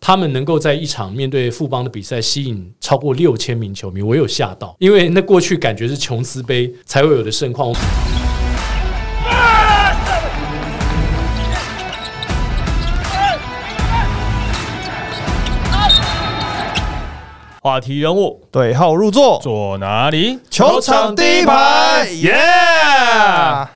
他们能够在一场面对富邦的比赛吸引超过六千名球迷，我有吓到，因为那过去感觉是琼斯杯才会有的盛况。话题人物对号入座，坐哪里？球场第一排，耶、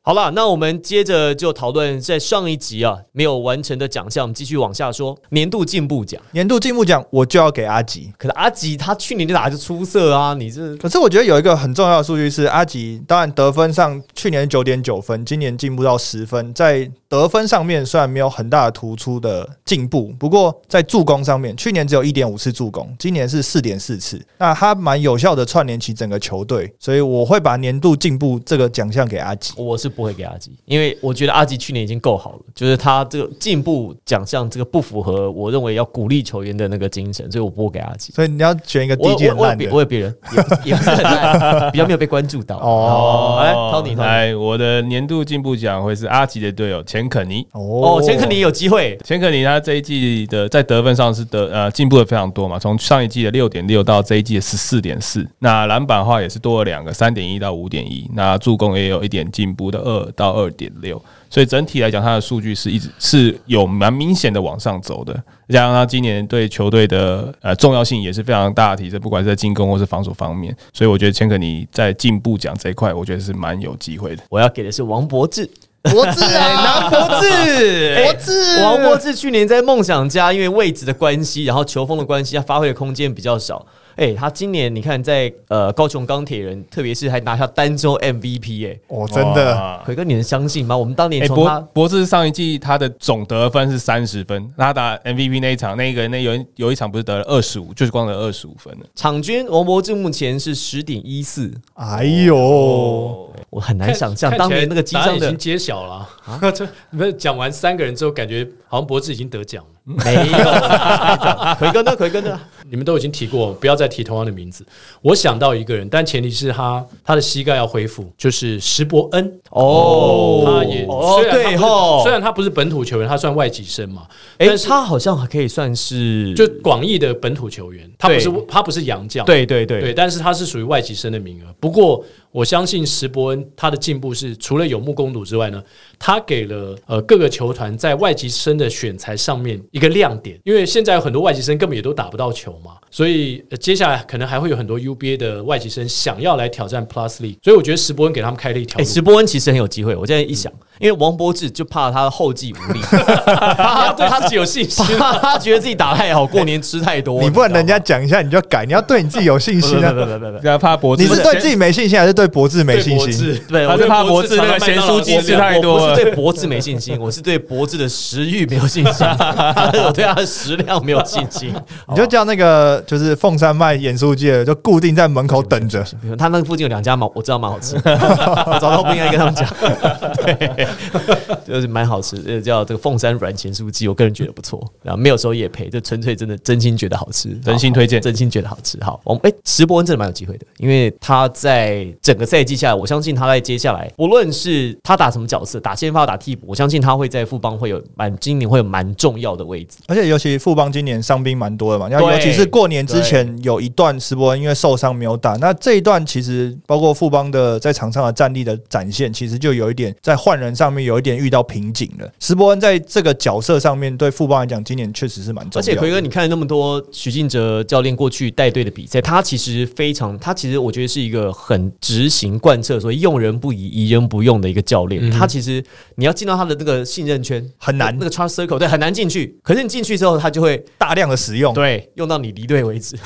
好了，那我们接着就讨论在上一集啊没有完成的奖项，我们继续往下说。年度进步奖，年度进步奖我就要给阿吉。可是阿吉他去年就打的出色啊，你这可是我觉得有一个很重要的数据是，阿吉当然得分上去年九点九分，今年进步到十分，在得分上面虽然没有很大的突出的进步，不过在助攻上面，去年只有一点五次助攻，今年是四点四次，那他蛮有效的串联起整个球队，所以我会把年度进步这个奖项给阿吉。我是不会给阿吉，因为我觉得阿吉去年已经够好了，就是他这个进步奖项这个不符合我认为要鼓励球员的那个精神，所以我不会给阿吉。所以你要选一个我低我贱我有烂别的我有别人，也不是也不是很烂，比较没有被关注到。哦哦，哎来涛你涛你来，我的年度进步奖会是阿吉的队友钱肯尼。哦，钱肯尼有机会，钱肯尼他这一季的在得分上是得呃进步的非常多嘛，从上一季的六点六到这一季的十四点四，那篮板的话也是多了两个，三点一到五点一，那助攻也有一点进步的二到二点六，所以整体来讲他的数据是一直是有蛮明显的往上走的，加上他今年对球队的呃重要性也是非常大的提升，不管是在进攻或是防守方面，所以我觉得钱肯尼在进步奖这一块，我觉得是蛮有机会的。我要给的是王柏志。脖子啊，拿脖子，脖子，哎王柏志去年在梦想家，因为位置的关系，然后球风的关系，他发挥的空间比较少。哎、他今年你看在呃高雄钢铁人，特别是还拿下单周 MVP 哎、哦，真的，哇奎哥你能相信吗？我们当年哎，从博他博士上一季他的总得分是三十分，那他打 MVP 那一场，那个那有一有一场不是得了二十五，就是光得二十五分了。场均，王柏志目前是十点一四，哎呦，我很难看想象看当起来年那个机答案上已的经揭晓了、这不是讲完三个人之后，感觉好像博智已经得奖了。没有 啦。奎哥呢？奎哥呢？你们都已经提过，不要再提同样的名字。我想到一个人，但前提是他他的膝盖要恢复，就是石伯恩。哦，他也哦虽然他不对是吼，虽然他不是本土球员，他算外籍生嘛，哎、但是他好像还可以算是就广义的本土球员，他不是对他不是洋将，对对对对，但是他是属于外籍生的名额。不过我相信石伯恩他的进步是除了有目共睹之外呢，他给了呃各个球团在外籍生的选材上面一个亮点，因为现在有很多外籍生根本也都打不到球嘛，所以、呃接下来可能还会有很多 UBA 的外籍生想要来挑战 Plus League，所以我觉得石伯恩给他们开了一条哎、路。石伯恩其实很有机会。我现在一想，因为王柏志就怕他的后继无力， 他怕他 对他自己有信 心，怕他觉得自己打太好，过年吃太多，你不能人知道家吗讲一下你就要改，你要对你自己有信心啊不！不不不不不。他怕博士，你是对自己没信心，还是对脖子没信心？对，他是我对怕博士常那个常咸麦当劳酥鸡我吃太我多不了是。对脖子没信心，我是对脖子的食欲没有信心， 我对他的食量没有信 心。哦你就叫那个就是凤山卖演出界的，就固定在门口等着。没有他那个附近有两家蛮我知道蛮好吃，我早都不应该跟他们讲。对，就是蛮好吃，呃，叫这个凤山软咸酥鸡，我个人觉得不错。然后没有收也赔，就纯粹真的真心觉得好吃，真心推荐真心觉得好吃。好，我们哎，石伯恩真的蛮有机会的，因为他在整个赛季下来，我相信他在接下来，不论是他打什么角色，打先发打替补，我相信他会在富邦会有蛮今年会有蛮重要的位置。而且尤其富邦今年伤兵蛮多的嘛，然后对尤其是过年之前有一段石伯恩因为受伤没有打，那这一段其实包括富邦的在场上的战力的展现，其实就有一点在换人上面有一点遇到瓶颈了。石伯恩在这个角色上面对富邦来讲，今年确实是蛮重而要的。且奎哥，你看了那么多许晋哲教练过去带队的比赛，他其实非常，他其实我觉得是一个很执行贯彻，所以用人不疑，疑人不用的一个教练。他其实你要进到他的那个信任圈嗯很难那个 trust circle 对很难进去。可是你进去之后，他就会大量的使用，对用到你离队 为止，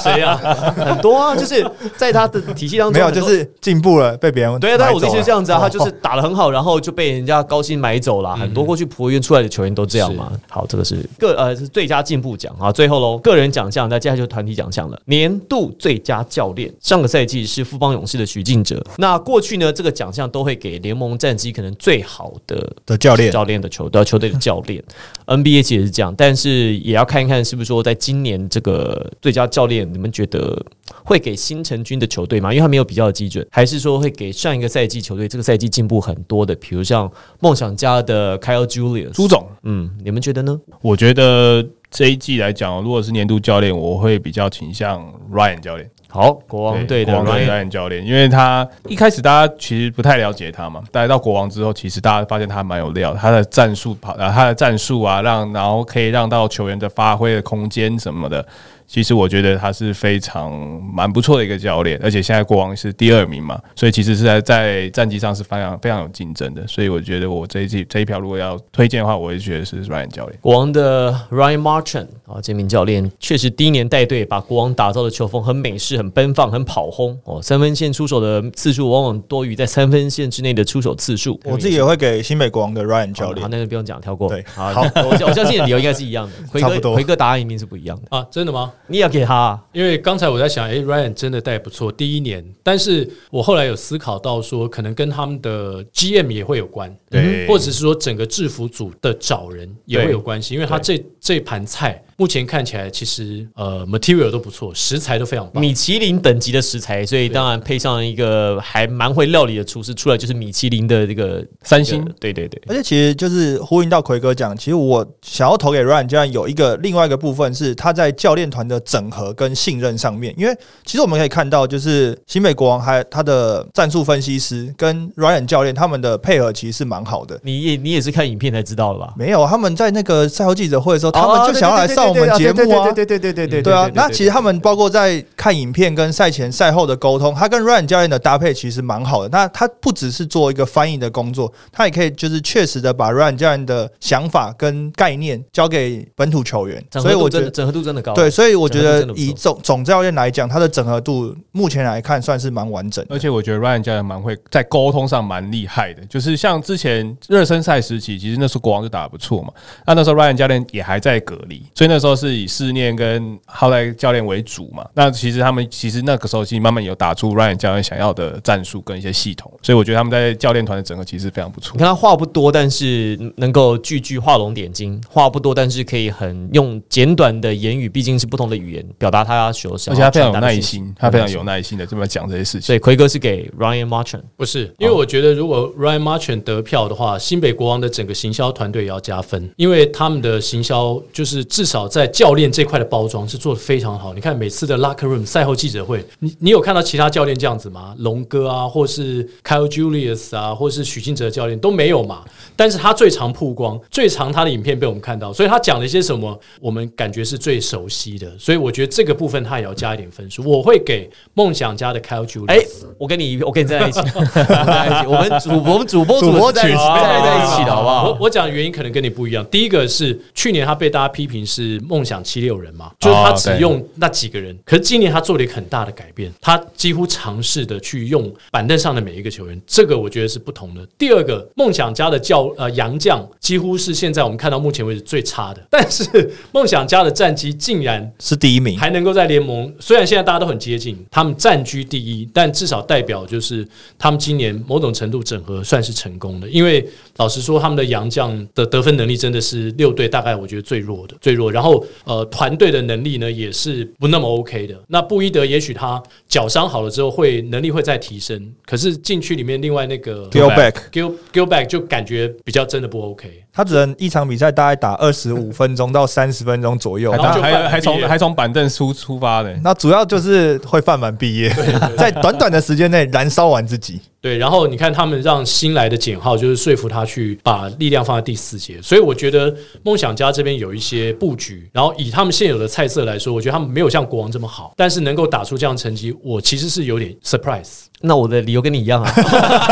谁啊？ 很多啊，就是在他的体系当中没有很多就是进步了被别人对啊，但买我的走意思了是这样子啊，哦他就是打得很好，然后就被人家高薪买走了。很多过去葡萄园出来的球员都这样嘛。好，这个是个呃是最佳进步奖啊，最后喽个人奖项，那接下来就是团体奖项了。年度最佳教练，上个赛季是富邦勇士的许晋哲。那过去呢，这个奖项都会给联盟战绩可能最好的的教练哦教练的球啊队、球队的教 练。NBA 其实是这样，但是也要看一看是不是说在今年这个最佳教练，你们觉得会给新成军的球队吗？因为他没有比较的基准，还是说会给上一个赛季球队这个赛季进步很多的，比如像梦想家的 Kyle Julius 朱总，嗯，你们觉得呢？我觉得这一季来讲，如果是年度教练，我会比较倾向 Ryan 教练。好，国王队的国王队 Ryan， Ryan 教练，因为他一开始大家其实不太了解他嘛，来到国王之后，其实大家发现他蛮有料的，他的战术跑，啊，他的战术啊，让然后可以让到球员的发挥的空间什么的。其实我觉得他是非常蛮不错的一个教练，而且现在国王是第二名嘛，所以其实是在在战绩上是非常非常有竞争的。所以我觉得我这一季这一票如果要推荐的话，我会觉得是 Ryan 教练。国王的 Ryan Marchand 啊，这名教练确实第一年带队把国王打造的球风很美式、很奔放、很跑轰哦，三分线出手的次数往往多于在三分线之内的出手次数。哎我自己也会给新美国王的 Ryan 教好练。哦那就不用讲，跳过。对好，好 我我相信的理由应该是一样的。奎差不哥，多奎哥答案一定是不一样的。啊，真的吗？你也要给他啊、因为刚才我在想，诶 r y a n 真的带不错，第一年，但是我后来有思考到说，可能跟他们的 GM 也会有关，对或者是说整个制服组的找人也会有关系，因为他这这盘菜目前看起来其实呃 material 都不错，食材都非常棒，米其林等级的食材，所以当然配上一个还蛮会料理的厨师出来，就是米其林的这个三星，对对对，而且其实就是呼应到奎哥讲，其实我想要投给 Ryan 教练有一个另外一个部分是他在教练团的整合跟信任上面，因为其实我们可以看到，就是新美国王还他的战术分析师跟 Ryan 教练他们的配合其实是蛮好的。你也你也是看影片才知道的吧？没有，他们在那个赛后记者会的时候，他们就想要来上我们节目啊。对对对对对对啊，那其实他们包括在看影片跟赛前赛后的沟通，他跟 Ryan 教练的搭配其实蛮好的。那他不只是做一个翻译的工作，他也可以就是确实的把 Ryan 教练的想法跟概念交给本土球员。整所合以我度觉真的得，整合度真的高，对，，所以我觉整合度真得的不错以总总教练来讲，他的整合度目前来看算是蛮完整的。而且我觉得 Ryan 教练蛮会在沟通上蛮厉害的，就是像之前热身赛时期，其实那时候国王就打得不错嘛。那那时候 Ryan 教练也还在隔离，所以那时候是以试念跟后来教练为主嘛。那其实他们其实那个时候其实慢慢有打出 Ryan 教练想要的战术跟一些系统，所以我觉得他们在教练团的整合其实非常不错你。看他话不多，但是能够句句画龙点睛；话不多，但是可以很用简短的言语，毕竟是不同的语言表达他所想而且他要非常有传达的耐信息心，他非常有耐心的这么讲这些事情。所以奎哥是给 Ryan Marchand，不是，因为我觉得如果 Ryan Marchand 得票的话，新北国王的整个行销团队也要加分，因为他们的行销就是至少在教练这块的包装是做得非常好。你看每次的 locker room 赛后记者会，你你有看到其他教练这样子吗？龙哥啊，或是 Kyle Julius 啊，或是许晋哲教练都没有嘛。但是他最常曝光，最常他的影片被我们看到，所以他讲了一些什么，我们感觉是最熟悉的。所以我觉得这个部分他也要加一点分数，我会给梦想家的 Kyle Julius。哎、我跟你，我跟你站 在一起，我们站在一起，我们主我们主播主播组是在一起，群站在一起的好不我好？我讲的原因可能跟你不一样。第一个是去年他被大家批评是梦想七六人嘛，就是他只用那几个人，可是今年他做了一个很大的改变，他几乎尝试的去用板凳上的每一个球员，这个我觉得是不同的。第二个，梦想家的教呃杨将几乎是现在我们看到目前为止最差的，但是梦想家的战绩竟然是第一名，还能够在联盟，虽然现在大家都很接近，他们占居第一，但至少代表就是他们今年某种程度整合算是成功的。因为老实说，他们的洋将的得分能力真的是六队大概我觉得最弱的，最弱。然后呃，团队的能力呢也是不那么 OK 的。那布伊德也许他脚伤好了之后会能力会再提升，可是禁区里面另外那个 Gilbeck Gil Gilback 就感觉比较真的不 OK。他只能一场比赛大概打二十五分钟到三十分钟左右还，然后打就还犯还从规了还从板凳出出发的、那主要就是会犯满毕业，在短短的时间内燃烧完自己。对，然后你看他们让新来的简浩，就是说服他去把力量放在第四节，所以我觉得梦想家这边有一些布局，然后以他们现有的菜色来说，我觉得他们没有像国王这么好，但是能够打出这样的成绩，我其实是有点 surprise。那我的理由跟你一样啊，就是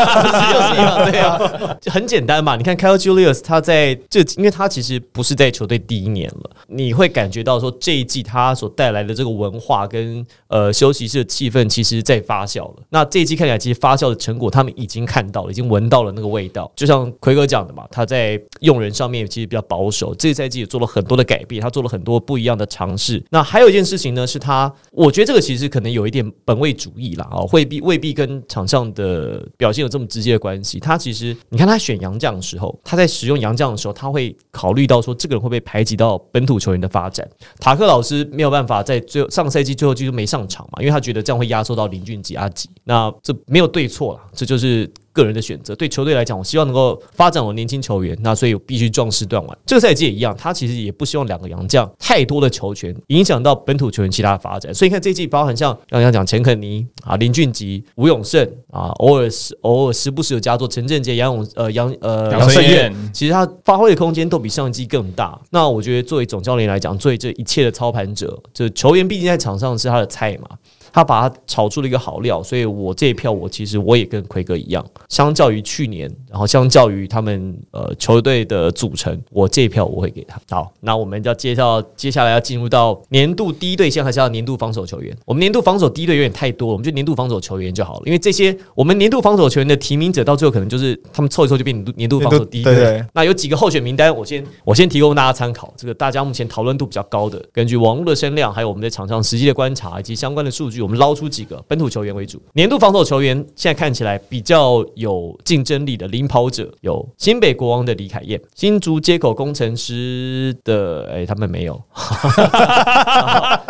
一样，对啊，就很简单嘛。你看 Kyle Julius 他在这，因为他其实不是在球队第一年了，你会感觉到说这一季他所带来的这个文化跟呃休息室的气氛，其实在发酵了。那这一季看起来，其实发酵的成果他们已经看到了，已经闻到了那个味道。就像奎哥讲的嘛，他在用人上面其实比较保守，这个赛季也做了很多的改变，他做了很多不一样的尝试。那还有一件事情呢，是他，我觉得这个其实可能有一点本位主义啦，啊，未必未必跟场上的表现有这么直接的关系。他其实，你看他选洋将的时候，他在使用洋将的时候，他会考虑到说这个人会不会排挤到本土球员的发展。塔克老师没有办法在最后上赛季最后季就没上场嘛，因为他觉得这样会压缩到林俊杰、阿吉。那这没有对错啦，这就是个人的选择。对球队来讲，我希望能够发展我年轻球员，那所以我必须壮士断腕。这个赛季也一样，他其实也不希望两个洋将太多的球权影响到本土球员其他的发展。所以你看这一季包含像刚刚讲钱肯尼啊、林俊杰、吴永胜啊，偶尔时偶尔时不时有佳作，陈振杰、杨永呃杨呃杨胜燕其实他发挥的空间都比上一季更大。那我觉得作为总教练来讲，作为这一切的操盘者，就球员毕竟在场上是他的菜嘛，他把他炒出了一个好料，所以我这一票我其实我也跟奎哥一样，相较于去年，然后相较于他们呃球队的组成，我这一票我会给他。好，那我们要介绍接下来要进入到年度第一队，先还是要年度防守球员？我们年度防守第一队有点太多了，我们就年度防守球员就好了，因为这些我们年度防守球员的提名者到最后可能就是他们凑一凑就变年度年度防守第一队对对。那有几个候选名单，我先我先提供大家参考。这个大家目前讨论度比较高的，根据网络的声量，还有我们在场上实际的观察以及相关的数据，我们捞出几个本土球员为主。年度防守球员现在看起来比较有竞争力的领跑者有新北国王的李凯燕，新竹接口工程师的，哎、他们没有。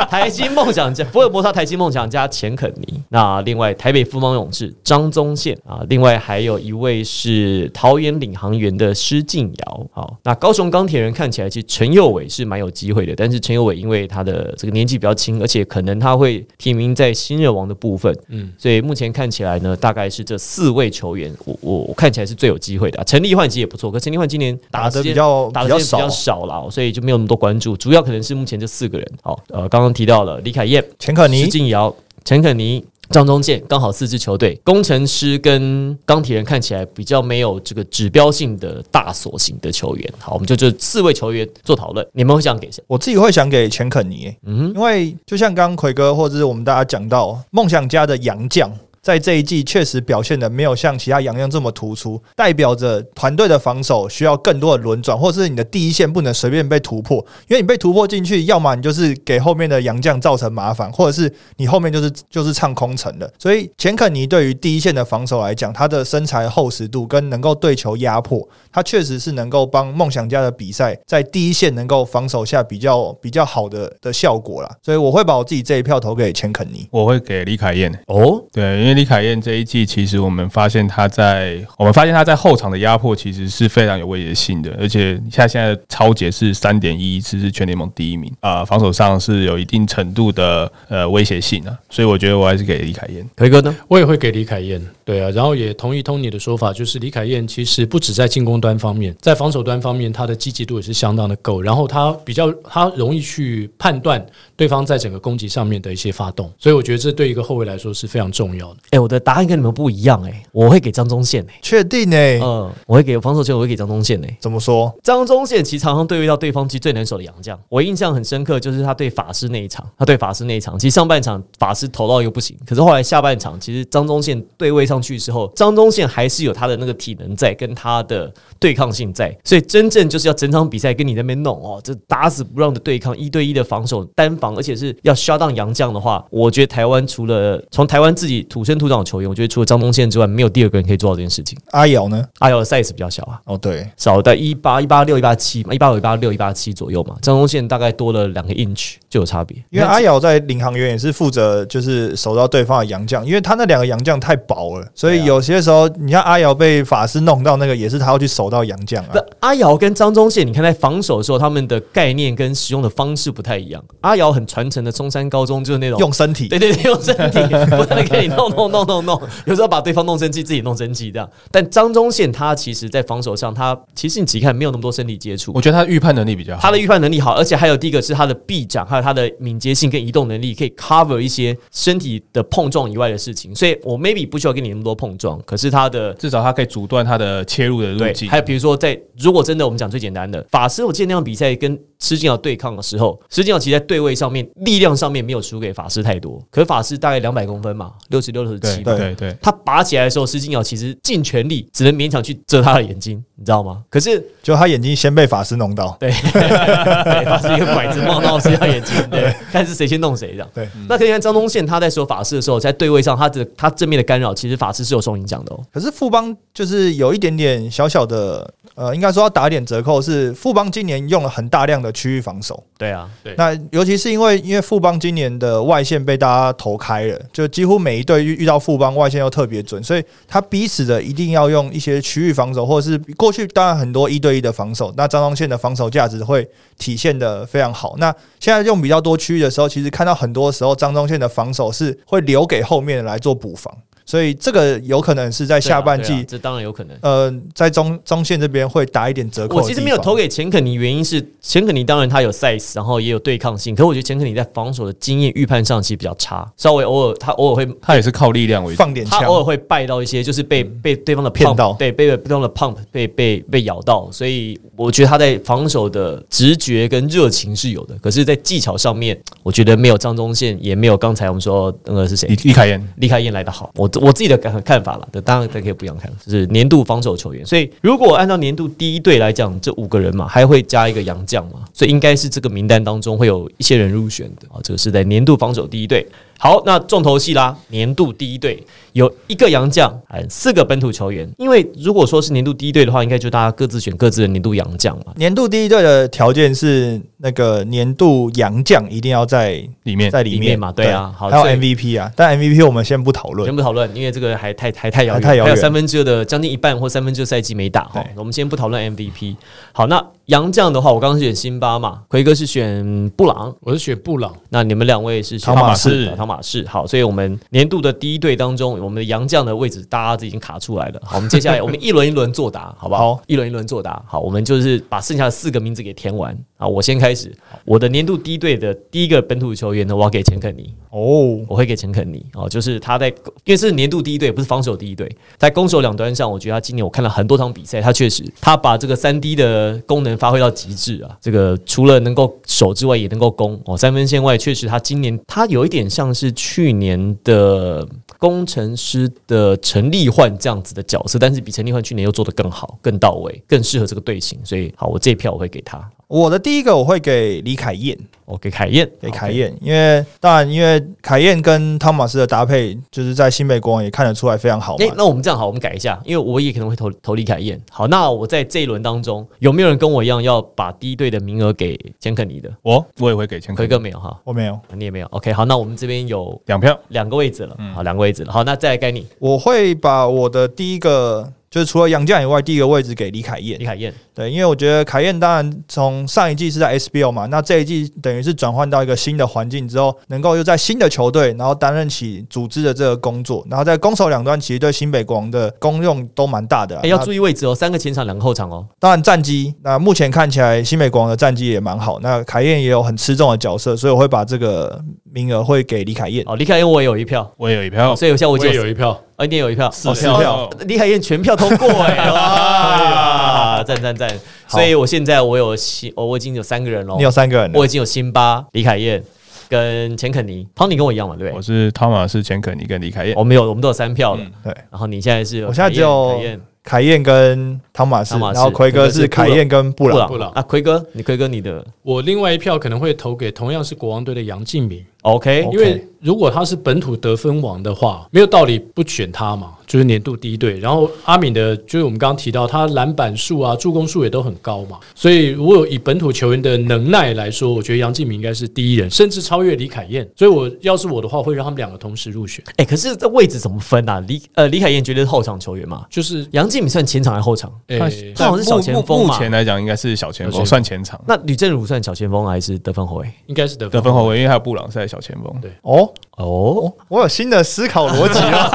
台新梦想家福尔摩沙台新梦想家钱肯尼，那另外台北富邦勇士张宗宪啊，另外还有一位是桃园领航员的施敬尧。好，那高雄钢铁人看起来其实陈佑伟是蛮有机会的，但是陈佑伟因为他的这个年纪比较轻，而且可能他会提名在新热王的部分，嗯，所以目前看起来呢，大概是这四位球员，我我我看起来是最有机会的啊、陈立焕其实也不错，可陈立焕今年打打的得时间比较打的比较时间比较少少啦，哦所以就没有那么多关注。主要可能是目前这四个人，好，呃，刚刚提到了李凯燕、钱可施尼敬尧、陈肯尼。张宗健刚好四支球队，工程师跟钢铁人看起来比较没有这个指标性的大锁型的球员。好，我们就这四位球员做讨论，你们会想给谁？我自己会想给钱肯尼、欸，因为就像刚刚奎哥或者是我们大家讲到，梦想家的洋将在这一季确实表现的没有像其他洋将这么突出，代表着团队的防守需要更多的轮转，或者是你的第一线不能随便被突破，因为你被突破进去，要么你就是给后面的洋将造成麻烦，或者是你后面就是就是唱空城的。所以钱肯尼对于第一线的防守来讲，他的身材厚实度跟能够对球压迫，他确实是能够帮梦想家的比赛在第一线能够防守下比较比较好的的效果啦。所以我会把我自己这一票投给钱肯尼。我会给李凯燕。哦，对，因为李凯燕这一季，其实我们发现他在我们发现他在后场的压迫其实是非常有威胁性的，而且像现在的超姐是三点一，其实是全联盟第一名啊、防守上是有一定程度的呃威胁性啊，所以我觉得我还是给李凯燕。奎哥呢？我也会给李凯燕，对啊，然后也同意 Tony 的说法，就是李凯燕其实不止在进攻端方面，在防守端方面，她的积极度也是相当的够，然后她比较她容易去判断对方在整个攻击上面的一些发动，所以我觉得这对一个后卫来说是非常重要的。哎、我的答案跟你们不一样哎、我会给张宗宪哎、确定呢、欸嗯、我会给防守球员，我会给张宗宪哎、怎么说？张宗宪其实常常对位到对方其实最难守的洋将，我印象很深刻，就是他对法师那一场，他对法师那一场，其实上半场法师投到一个不行，可是后来下半场其实张宗宪对位上去之后，张宗宪还是有他的那个体能在，跟他的对抗性在，所以真正就是要整场比赛跟你在那边弄哦，这打死不让的对抗，一对一的防守单防，而且是要 shut down 洋将的话，我觉得台湾除了从台湾自己土生土长的球员，我觉得除了张宗宪之外，没有第二个人可以做到这件事情。阿瑶呢？阿瑶的 size 比较小啊，哦，对，少在一八一八六一八七嘛，一八五一八六一八七左右嘛，张宗宪大概多了两个 inch 就有差别。因为阿瑶在领航员也是负责就是守到对方的洋将，因为他那两个洋将太薄了，所以有些时候你像阿瑶被法师弄到那个，也是他要去守到洋将啊那。阿瑶跟张宗宪，你看在防守的时候，他们的概念跟使用的方式不太一样。阿瑶很传承的中山高中就是那种用身体，对对对，用身 体不断的给你弄弄弄弄弄，有时候把对方弄生气，自己弄生气这样。但张宗宪他其实在防守上，他其实你仔细看没有那么多身体接触我，觉得他的预判能力比较好，他的预判能力好，而且还有第一个是他的臂展，还有他的敏捷性跟移动能力，可以 cover 一些身体的碰撞以外的事情。所以我 maybe 不需要跟你那么多碰撞，可是他的。至少他可以阻断他的切入的路对，径还。有比如说在，如果真的我们讲最简单的法师，我记得那场比赛跟施金尧对抗的时候，施金尧其实在对位上面、力量上面没有输给法师太多，可是法师大概两百公分嘛，六十六、六十对七对对对，他拔起来的时候，施金尧其实尽全力，只能勉强去遮他的眼睛，你知道吗？可是就他眼睛先被法师弄到。对，对，法师一个拐子冒到谁的眼睛，对，看是谁先弄谁这样。对，那可以看张宗宪他在守法师的时候，在对位上他的他正面的干扰，其实法师是有受影响的哦。可是富邦就是有一点点小小的，呃，应该说要打点折扣，是富邦今年用了很大量的区域防守。对啊，哎对那尤其是因为因为富邦今年的外线被大家投开了，就几乎每一队遇遇到富邦外线又特别准，所以他逼死的一定要用一些区域防守，或者是过去当然很多一对一的防守，那张东宪的防守价值会体现的非常好。那现在用比较多区域的时候，其实看到很多时候张东宪的防守是会留给后面的来做补防，所以这个有可能是在下半对啊季对啊。这当然有可能。呃，在中中线这边会打一点折扣的地我方。其实没有投给钱肯尼，原因是钱肯尼当然他有 size，然后也有对抗性，可我觉得钱肯尼在防守的经验预判上其实比较差，稍微偶尔他偶尔会他也是靠力量为主。放点他哦枪，偶尔会败到一些，就是被被对方的 pump, 骗到对，被对方的 pump 被被被咬到，所以我觉得他在防守的直觉跟热情是有的，可是，在技巧上面，我觉得没有张宗宪，也没有刚才我们说那个是谁李李凯燕，李凯燕来的好，我我自己的看看法了，对当然大家可以不一样看，就是年度防守球员。所以如果按照年度第一队来讲，这五个人嘛，还会加一个洋将嘛，所以应该是这个名单当中会有一些人入选的啊。这个是在年度防守第一队。好，那重头戏啦，年度第一队有一个洋将，哎，四个本土球员。因为如果说是年度第一队的话，应该就大家各自选各自的年度洋将嘛。年度第一队的条件是那个年度洋将一定要在里面在里里面面嘛对啊好还有所以 MVP 啊，但 MVP 我们先不讨论先。不讨论，因为这个还太还太遥还远，太遥还有远三分之二的将近一半或三分之二赛季没打哈对。我们先不讨论 MVP。好，那杨将的话，我刚刚是选辛巴嘛，奎哥是选布朗，我是选布朗，那你们两位是选汤马士汤马士。好，所以我们年度的第一队当中，我们的杨将的位置大家已经卡出来了。好，我们接 下来我们一轮一轮作答，好不好？好一轮一轮作答。好，我们就是把剩下的四个名字给填完啊。我先开始，我的年度第一队的第一个本土球员呢，我要给钱肯尼。哦，我会给陈肯尼哦，就是他在，因为这是年度第一队，不是防守第一队，在攻守两端上，我觉得他今年我看了很多场比赛，他确实他把这个三 D 的功能发挥到极致啊。这个除了能够守之外，也能够攻哦。三分线外，确实他今年他有一点像是去年的工程师的陈立焕这样子的角色，但是比陈立焕去年又做得更好、更到位、更适合这个队形，所以好，我这一票我会给他，我的第一个我会给李凯燕，我给凯燕，给凯燕，因为当然因为凯燕跟汤马斯的搭配，就是在新北国王也看得出来非常好哎、嘛。那我们这样好，我们改一下，因为我也可能会投投李凯燕。好，那我在这一轮当中，有没有人跟我一样要把第一队的名额给钱肯尼的？我我也会给钱奎坤哥没有哈，我没有，你也没有。OK，好，那我们这边有两票。两个位置了，好，两个位置了。好，那再来该你，我会把我的第一个就是除了杨绛以外，第一个位置给李凯燕李。凯燕。对，因为我觉得凯燕当然从上一季是在 SBL 嘛，那这一季等于是转换到一个新的环境之后，能够又在新的球队，然后担任起组织的这个工作，然后在攻守两端其实对新北国王的功用都蛮大的啊、哎、要那注意位置哦，三个前场，两个后场哦。当然战绩，那目前看起来新美国王的战绩也蛮好，那凯燕也有很吃重的角色，所以我会把这个名额会给李凯燕。哦，李凯燕我也有一票，我也有一票，所以我现在我我已经也有有一票。哦，你也有一票，四哦票哦李凯燕全票通过哎、哇，赞赞赞！所以我现在我有新，哦我已经有三个人喽你。有三个人了，我已经有辛巴、李凯燕跟钱肯尼。汤尼跟我一样嘛，对不我对？是汤马斯、钱肯尼跟李凯燕。我们有，我们都有三票了。嗯对，然后你现在是有我现在只凯有燕凯燕凯燕跟汤马斯，汤马斯然后奎哥是凯燕跟布布朗。朗布朗啊，奎哥，你奎哥你的我另外一票可能会投给同样是国王队的杨敬敏， OK，因为如果他是本土得分王的话，没有道理不选他嘛，就是年度第一队。然后阿敏的，就是我们刚刚提到，他篮板数啊、助攻数也都很高嘛，所以如果以本土球员的能耐来说，我觉得杨敬敏应该是第一人，甚至超越李凯燕。所以我要是我的话，会让他们两个同时入选，哎，可是这位置怎么分啊？李呃，李凯燕绝对是后场球员嘛，就是杨敬敏算前场还是后场？诶、他好像是小前锋目嘛目前来讲应该是小前小锋，前锋算前场。那吕正儒算小前锋啊还是得分后卫？应该是得得分分后卫，因为还有布朗是在小前锋。对哦，哦， 我有新的思考逻辑了。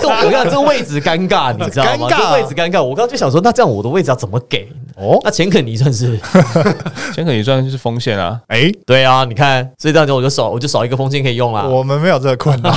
这我跟你讲这个位置尴尬，你知道吗？尴尬啊这位置尴尬。我刚刚就想说，那这样我的位置要怎么给？哦那钱肯尼算是钱肯尼算是锋线啊，哎、对啊，你看， 所以这样子我就少我就少一个锋线可以用啦。哦我们没有这个困扰，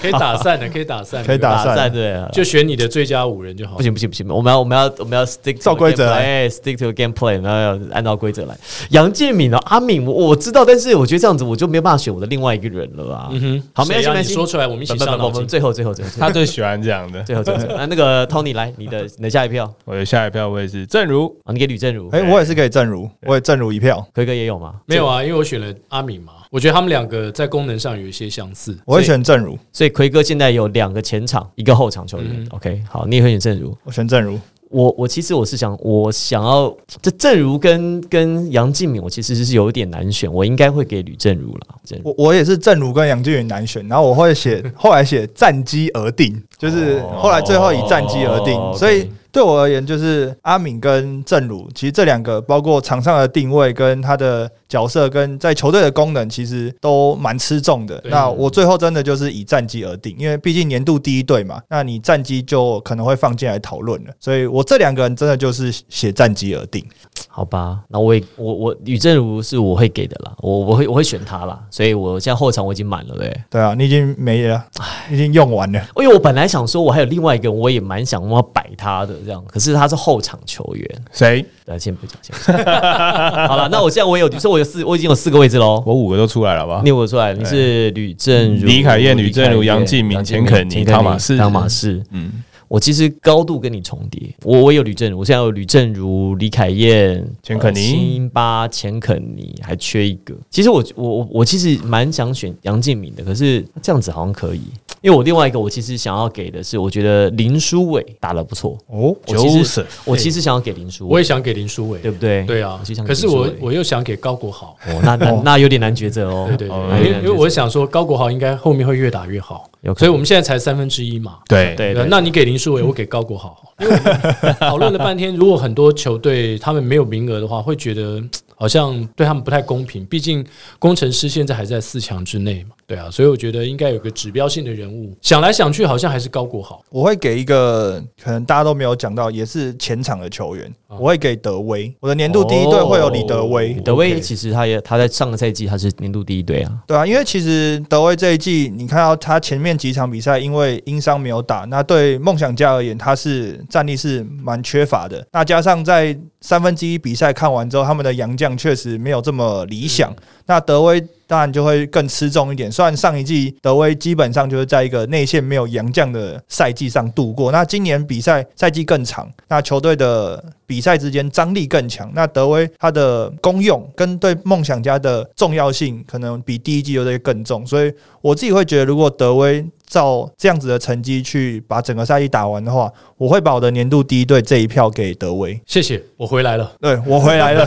可以打散的，可以打散的，可以打散散对啊，就选你的最佳五人就好不。行不行不行，我们要我们要我们要 stick to 照规则 gameplay，哎，stick to gameplay，然后要按照规则来。杨建敏哦，阿敏我我知道，但是我觉得这样子我就没办法选我的另外一个人了啊。嗯好，没谁让关系，没关你系，说出来，我们一不起不上不我脑们筋。最后最后最后最 后他最喜欢这样的。最后最后最后，那那个 Tony 来，你的你的下一票我的下一票位置，正如啊，你给吕正如，哎，我也是给正如，我也正如一票，奎哥也有吗？没有啊，因为我选了阿敏嘛，我觉得他们两个在功能上有一些相似。我会选正如，嗯所以奎哥现在有两个前场，一个后场球员。OK，好，你也会选正如。我选正如。我我其实我是想，我想要这正如跟跟杨敬敏，我其实是有点难选，我应该会给吕正如啦。正如我我也是正如跟杨靖宇难选，然后我会 写后来写战机而定，就是后来最后以战机而定，哦所以 OK。对我而言，就是阿敏跟正如，其实这两个包括场上的定位跟他的角色跟在球队的功能，其实都蛮吃重的。对那我最后真的就是以战绩而定，因为毕竟年度第一队嘛，那你战绩就可能会放进来讨论了。所以我这两个人真的就是写战绩而定。好吧，那我也我我吕正如是我会给的啦，我我会我会选他啦，所以我现在后场我已经满了对。对啊，你已经没了，已经用完了。因为我本来想说，我还有另外一个，我也蛮想要摆他的这样，可是他是后场球员，谁？对，先不讲，先 不讲。好了，那我现在我有，你说我有四，我已经有四个位置喽。我五个都出来了吧你？有出来，你是吕正如、李凯燕吕正如李凯燕杨敬明杨敬钱肯尼汤马士汤马士。嗯，我其实高度跟你重叠，我我有吕正如，我现在有吕正如、李凯燕、钱肯尼呃辛巴、钱肯尼，还缺一个。其实我我我我其实蛮想选杨敬敏的，可是哎这样子好像可以，因为我另外一个我其实想要给的是，我觉得林书伟打得不错，哦，我其实 Joseph 我其实想要给林书我也伟，想给林书伟，对不对？对啊我其实想，给可林是书我伟我又想给高国豪，哦，那那那有点难抉择哦。对对哦对，因为对因为我想说高国豪应该后面会越打越好有，可能所以我们现在才三分之一嘛。对对呃那你给林书伟，我给高国豪好了，因为我们 讨论了半天，如果很多球队他们没有名额的话，会觉得嘖好像对他们不太公平。毕竟工程师现在还在四强之内嘛，对啊，所以我觉得应该有个指标性的人物。想来想去，好像还是高国豪。我会给一个可能大家都没有讲到，也是前场的球员，我会给德威。我的年度第一队会有李德威，李德威其实他也他在上个赛季他是年度第一队啊，对啊，因为其实德威这一季，你看到他前面几场比赛因为因伤没有打，那对梦想家而言，他是战力是蛮缺乏的。那加上在三分之一比赛看完之后，他们的洋将确实没有这么理想。那德威当然就会更吃重一点。虽然上一季德威基本上就是在一个内线没有洋将的赛季上度过，那今年比赛赛季更长，那球队的比赛之间张力更强。那德威他的功用跟对梦想家的重要性，可能比第一季球队更重。所以我自己会觉得，如果德威照这样子的成绩去把整个赛季打完的话，我会把我的年度第一队这一票给德威。谢谢，我回来了。对我回来了，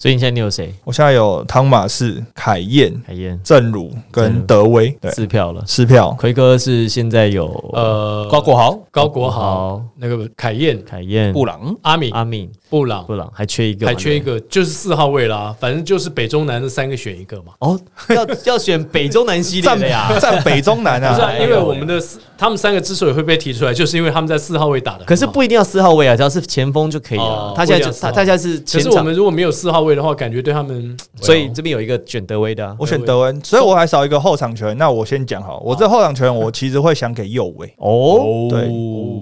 所以你现在你有谁？ 我现在有汤马士、凯燕、海燕正如正跟如德威。对。四票了，撕票。奎哥是现在有呃，高国豪、高国豪、好那个凯燕、凯燕、布朗，阿米、阿敏、啊布朗，布朗，还缺一个，还缺一。个，就是四号位啦。反正就是北中南这三个选一个嘛。哦，要要 选北中南系列占。的呀占北中 南不是、啊，啊，因为我们的四他们三个之所以会被提出来，就是因为他们在四号位打的。可是，不一定要四号位啊，只要是前锋就可以了哦。他现在不一定要就四号他他现在是可前是我场们，如果没有四号位的话，感觉对他们，所以这边有一个选德威的啊。我选德文，所以我还少一个后场球员。那我先讲好，我这后场球员我其实会想给右卫，哦，对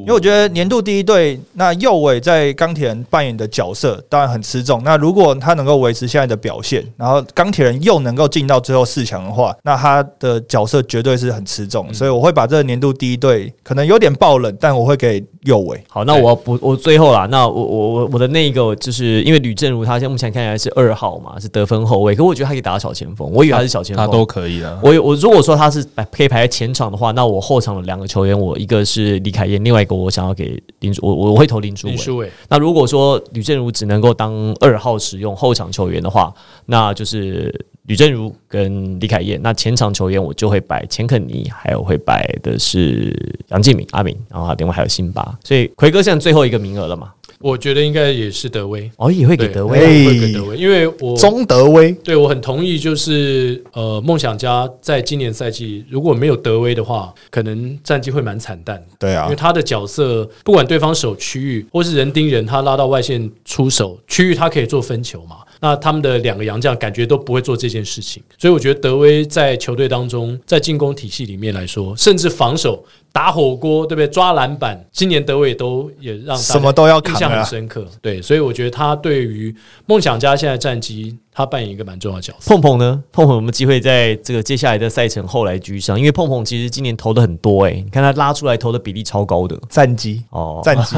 因为我觉得年度第一队那右卫在钢铁人扮演的角色当然很吃重。那如果他能够维持现在的表现，然后钢铁人又能够进到最后四强的话，那他的角色绝对是很吃重的。所以我会把这个年度第一队可能有点爆冷，但我会给右卫。好，那我要补，我最后啦，那我我我我的那一个就是因为吕正如他现在目前看起来是二号嘛，是得分后卫，可我觉得他可以打小前锋，我以为他是小前锋，他都可以啊了。我有我如果说他是排可以排在前场的话，那我后场的两个球员，我一个是李凯燕，另外一个我想要给林书，我我我会投林书林伟。书伟那如果说吕正如只能够当二号使用后场球员的话，那就是吕正如跟李凯燕。那前场球员我就会摆钱肯尼，还有会摆的是杨敬敏、阿敏，然后另外还有辛巴。所以奎哥现在最后一个名额了嘛？我觉得应该也是德威，哦，也会给对德我威哎啊。会给德威，因为我中德威对我很同意，就是呃，梦想家在今年赛季如果没有德威的话，可能战绩会蛮惨淡的。对啊因为，他的角色，不管对方守区域或是人盯人，他拉到外线出手，区域他可以做分球嘛。那他们的两个洋将感觉都不会做这件事情，所以我觉得德威在球队当中，在进攻体系里面来说，甚至防守、打火锅，对不对？抓篮板，今年德威也都也让大家什么都要印扛象很啊。深刻。对，所以我觉得他对于梦想家现在战绩，他扮演一个蛮重要的角色。碰碰呢？碰碰有没有机会在这个接下来的赛程后来居上？因为碰碰其实今年投的很多哎诶、你看他拉出来投的比例超高的战绩，哦。战 绩，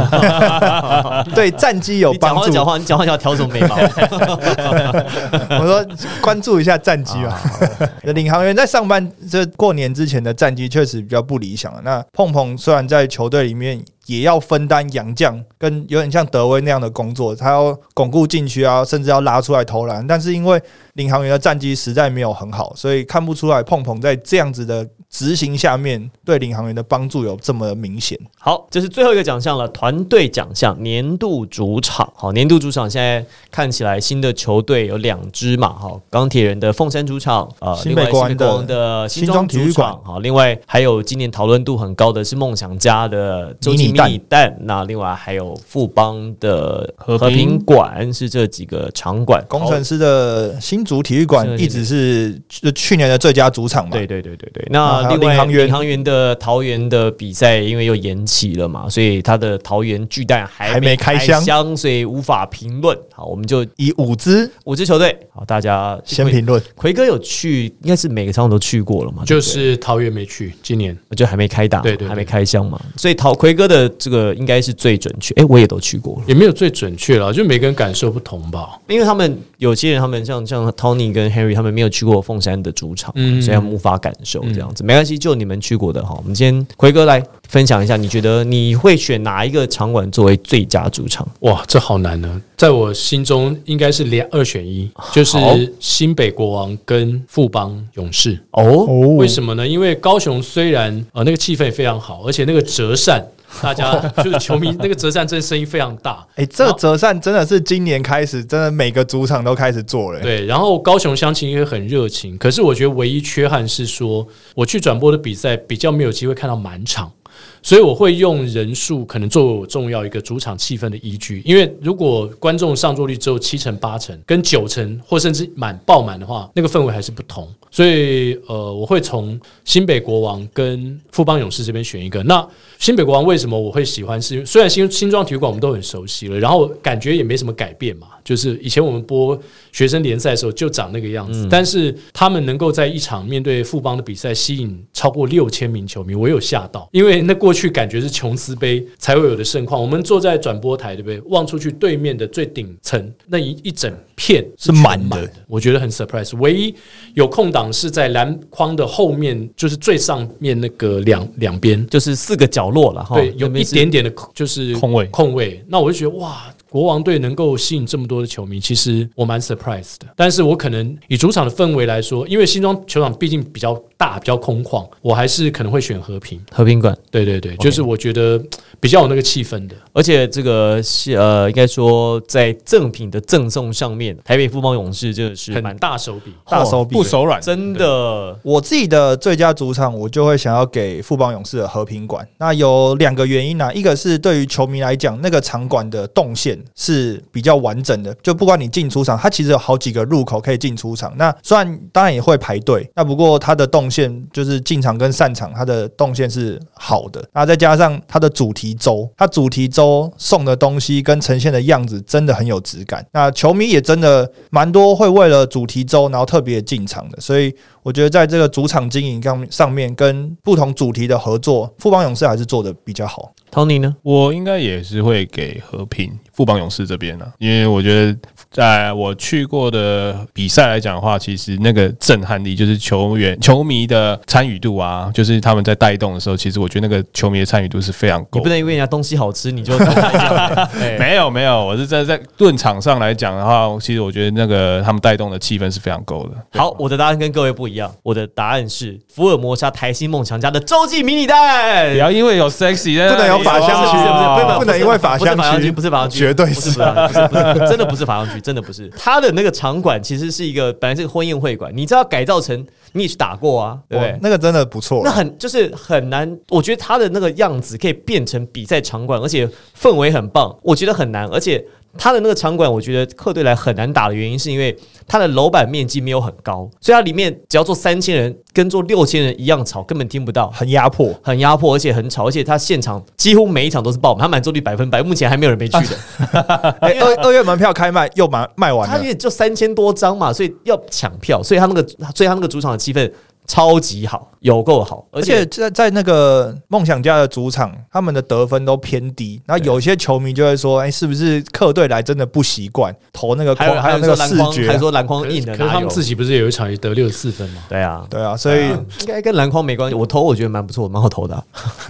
对战绩有你讲帮话助。讲话，你讲话讲挑什么眉 毛？我说关注一下战绩吧。啊领航员在上啊半这过年之前的战绩确实比较不理想。那碰碰虽然在球队里面也要分担洋将跟有点像德威那样的工作，他要巩固禁区啊，甚至要拉出来投篮。但是因为领航员的战绩实在没有很好，所以看不出来碰碰在这样子的执行下面对领航员的帮助有这么明显。好，这是最后一个奖项了，团队奖项年度主场。好，年度主场现在看起来新的球队有两支嘛，好，钢铁人的凤山主场，呃，新另北外国新安北的国王的新新庄庄主体育场，好，另外还有今年讨论度很高的是梦想家的洲际迷你蛋迷你蛋，那另外还有富邦的和和平平馆是这几个场馆。工好程师的新竹体育是馆的一直是就去年的最佳主场嘛，对对对对对。然后那还有另外领航员领航员的桃园的比赛，因为又延期了嘛，所以他的桃园巨蛋还还没开开箱所以无法评论。好，我们就以五支五支球队，好，大家先。评论。奎哥有去，应该是每个场都去过了嘛？对就不对是桃园没去，今年我觉得还没开打嘛，对对对还没开箱嘛，所以陶奎哥的这个应该是最准确。哎，我也都去过了，也没有最准确了，就每个人感受不同吧。因为他们有些人，他们像像 Tony 跟 Henry，他们没有去过凤山的主场，嗯所以他们无法感受这样子。没关系，就你们去过的哈。我们今天奎哥来分享一下，你觉得你会选哪一个场馆作为最佳主场？哇，这好难呢，在我心中应该是两二选一，就是好新北国王跟富邦勇士。哦，哦为什么呢？因为高雄虽然呃那个气氛也非常好，而且那个折扇，大家就是球迷那个折扇真的声音非常大。哎、这个折扇真的是今年开始，真的每个主场都开始做了、欸。对，然后高雄乡亲也很热情，可是我觉得唯一缺憾是说，我去转播的比赛比较没有机会看到满场，所以我会用人数可能作为我重要一个主场气氛的依据。因为如果观众上座率只有七成、八成、跟九成或甚至满爆满的话，那个氛围还是不同。所以呃，我会从新北国王跟富邦勇士这边选一个。那新北国王为什么我会喜欢是？因为虽然新新庄体育馆我们都很熟悉了，然后感觉也没什么改变嘛，就是以前我们播学生联赛的时候就长那个样嗯子，但是他们能够在一场面对富邦的比赛吸引超过六千名球迷，我有吓到，因为那过去感觉是琼斯杯才会有的盛况，我们坐在转播台对不对？望出去对面的最顶层那一一整片是全满的我觉得很 surprise。唯一有空档是在篮筐的后面，就是最上面那个两两边，就是四个角落了哈，对，有哦那一边是点点的空就是空位空位。那我就觉得哇，国王队能够吸引这么多的球迷，其实我蛮 surprise 的。但是我可能以主场的氛围来说，因为新庄球场毕竟比较大、比较空旷，我还是可能会选和平。和平馆。对对对，就是我觉得比较有那个气氛的。而且这个是呃，应该说在赠品的赠送上面，台北富邦勇士真的是蛮很大手笔，大手笔不手软，真的我自己的最佳主场，我就会想要给富邦勇士的和平馆。那有两个原因啊，一个是对于球迷来讲，那个场馆的动线是比较完整的，就不管你进出场，它其实有好几个入口可以进出场。那虽然当然也会排队，那不过它的动线就是进场跟散场，它的动线是好的。那再加上它的主题周，它主题周送的东西跟呈现的样子真的很有质感。那球迷也真的蛮多会为了主题周然后特别进场的，所以我觉得在这个主场经营上上面，跟不同主题的合作，富邦勇士还是做的比较好。 ，Tony 呢？我应该也是会给和平富邦勇士这边啊，因为我觉得在我去过的比赛来讲的话，其实那个震撼力就是球员、球迷的参与度啊，就是他们在带动的时候，其实我觉得那个球迷的参与度是非常你够不的。哎能因为人家东西好吃你就没没有没有，我是在在论场上来讲的话，其实我觉得那个他们带动的气氛是非常够的。好，我的答案跟各位不一样，我的答案是福尔摩沙台新梦强家的洲际迷你蛋不。要因为有 sexy，不能有法不是香不区是不是不是哦是不能因为法不是法香香区区，不是法香区，绝对不是是法香区，不是不是真的不是法香区，真的不是。他的那个场馆其实是一个本来是个婚宴会馆，你知道改造成你也去打过啊，对不哇对？那个真的不错那。很就是很难，我觉得他的那个样子可以变成比赛场馆，而且氛围很棒，我觉得很难。而且他的那个场馆，我觉得客队来很难打的原因，是因为它的楼板面积没有很高，所以它里面只要坐三千人，跟坐六千人一样吵，根本听不到。很压迫，很压迫，而且很吵，而且他现场几乎每一场都是爆满，他满座率百分百，目前还没有人被去的。 哎、二二月门票开卖又卖卖完他因了，为就三千多张嘛，所以要抢票，所以他那个，所以他那个主场的气氛超级好，有够好，而而且且在在那个梦想家的主场，他们的得分都偏低，然后有些球迷就会说：“哎，是不是客队来真的不习惯投那个还有框，还有那说个篮视筐，还觉说篮筐可硬是的，可是他们自己己不是有一场也得六十四分吗？对啊？”，对啊，所以应该跟篮筐没关系。我投我觉得蛮不错，蛮好 投的啊，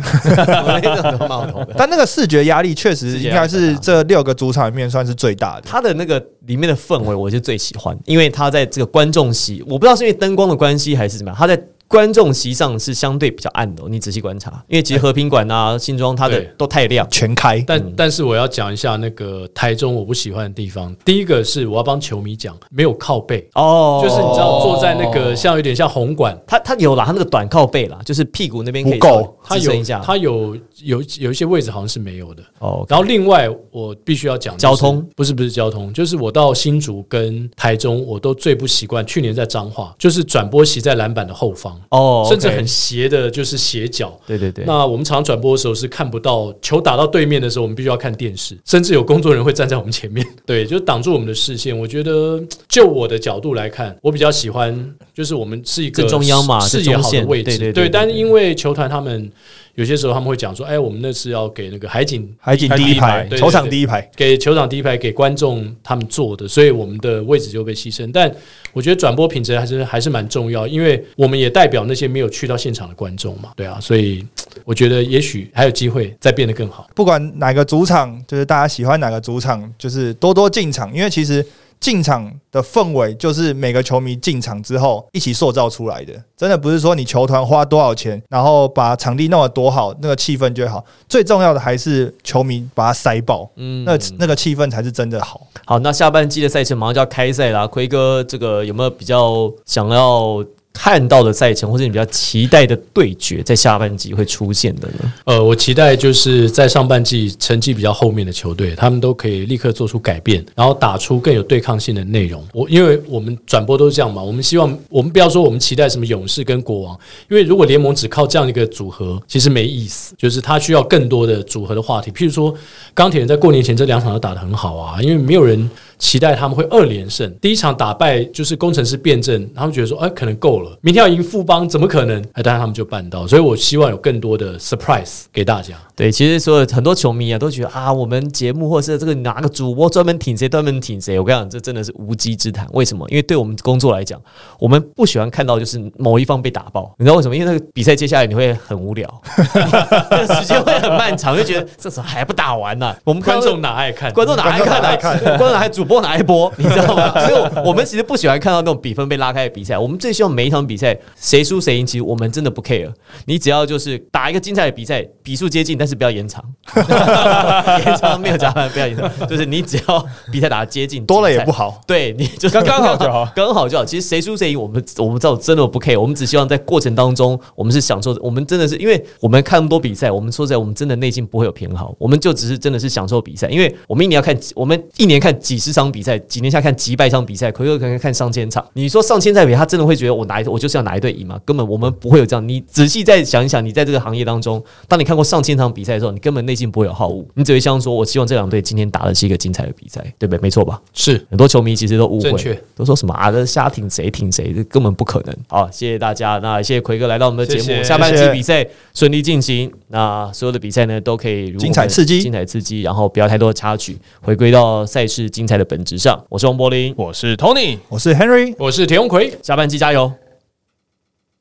我那种都蛮好投的。但那个视觉压力确实视觉应压力该是很大这六个主场里面算是最大的。它的那个里面的氛围，我是最喜欢，因为它在这个观众席，我不知道是因为灯光的关系还是怎么样，它在观众席上是相对比较暗的哦、你仔细观察，因为其实和平馆啊、新庄它的对都太亮，全开，嗯但但是我要讲一下那个台中我不喜欢的地方。第一个是我要帮球迷讲，没有靠背，哦就是你知道坐在那个像有点像红馆，它它有啦，它那个短靠背啦，就是屁股那边可不以够它支撑一有下。它有有有一些位置好像是没有的。哦，然后另外我必须要讲就是交通，不是不是交通，就是我到新竹跟台中我都最不习惯。去年在彰化，就是转播席在篮板的后方，哦，甚至 OK 很斜的，就是斜角。对对对，那我们常常转播的时候是看不到球打到对面的时候，我们必须要看电视，甚至有工作人员会站在我们前面， 对，就挡住我们的视线。我觉得，就我的角度来看，我比较喜欢就是我们是一个正中央嘛视正视野好中的线位置，对对对对但是对因为球团他们有些时候他们会讲说，哎，我们那是要给那个海景。海景第一排，对对球场第一排，给球场第一排给观众他们坐的，所以我们的位置就被牺牲。但我觉得转播品质还是还是蛮重要，因为我们也代表那些没有去到现场的观众嘛，对啊，所以我觉得也许还有机会再变得更好。不管哪个主场，就是大家喜欢哪个主场，就是多多进场，因为其实进场的氛围就是每个球迷进场之后一起塑造出来的。真的不是说你球团花多少钱，然后把场地弄得多好，那个气氛就会好。最重要的还是球迷把它塞爆，嗯那那个气氛才是真的好。好，那下半季的赛程马上就要开赛啦，奎哥，这个有没有比较想要看到的赛程，或者你比较期待的对决，在下半季会出现的呢？呃，我期待就是在上半季成绩比较后面的球队，他们都可以立刻做出改变，然后打出更有对抗性的内容。我因为我们转播都是这样嘛，我们希望我们不要说我们期待什么勇士跟国王，因为如果联盟只靠这样一个组合，其实没意思。就是它需要更多的组合的话题，譬如说钢铁人在过年前这两场都打得很好啊，因为没有人期待他们会二连胜。第一场打败就是工程师辩证，他们觉得说，哎、可能够了，明天要赢富邦，怎么可能？哎，当然他们就办到。所以我希望有更多的 surprise 给大家。对，其实所有很多球迷啊都觉得啊，我们节目或者是这个哪个主播专门挺谁，专门挺谁。我跟你讲，这真的是无稽之谈。为什么？因为对我们工作来讲，我们不喜欢看到就是某一方被打爆。你知道为什么？因为那个比赛接下来你会很无聊， 那个时间会很漫长，就觉得这怎么还不打完啊 呢、我们看观到众哪爱看？观众哪爱看观众哪啊？爱看 观众哪爱主播哪爱播，你知道吗？ 所以我，我们其实不喜欢看到那种比分被拉开的比赛，我们最希望每一场比赛谁输谁赢，其实我们真的不 care。你只要就是打一个精彩的比赛，比数接近，但是不要延长， 延长没有加班，不要延长，就是你只要比赛打得接近，多了也精彩不好。对你就是刚刚好就好，刚好就好。其实谁输谁赢，我们我们知道真的不 care，我们只希望在过程当中，我们是享受，我们真的是因为我们看那么多比赛，我们说实在，我们真的内心不会有偏好，我们就只是真的是享受比赛，因为我们一年要看， 我们一年看几十场比赛，几年下看几百场比赛，奎哥可能看上千场。你说上千场比赛，他真的会觉得我哪一我就是要哪一队赢吗？根本我们不会有这样。你仔细再想一想，你在这个行业当中，当你看过上千场比赛的时候，你根本内心不会有好恶，你只会想说，我希望这两队今天打的是一个精彩的比赛，对不对？没错吧？ 是很多球迷其实都误正会确，都说什么啊，这瞎挺谁挺谁，这根本不可能。好，谢谢大家，那谢谢奎哥来到我们的节目，谢谢下半谢期谢比赛顺利进行，那所有的比赛呢都可以如我们精彩刺激精彩刺激，然后不要太多的插曲，回归到赛事精彩的本质上。我是王柏林，我是 Tony，我是 Henry，我是田鸿奎。下半期加油，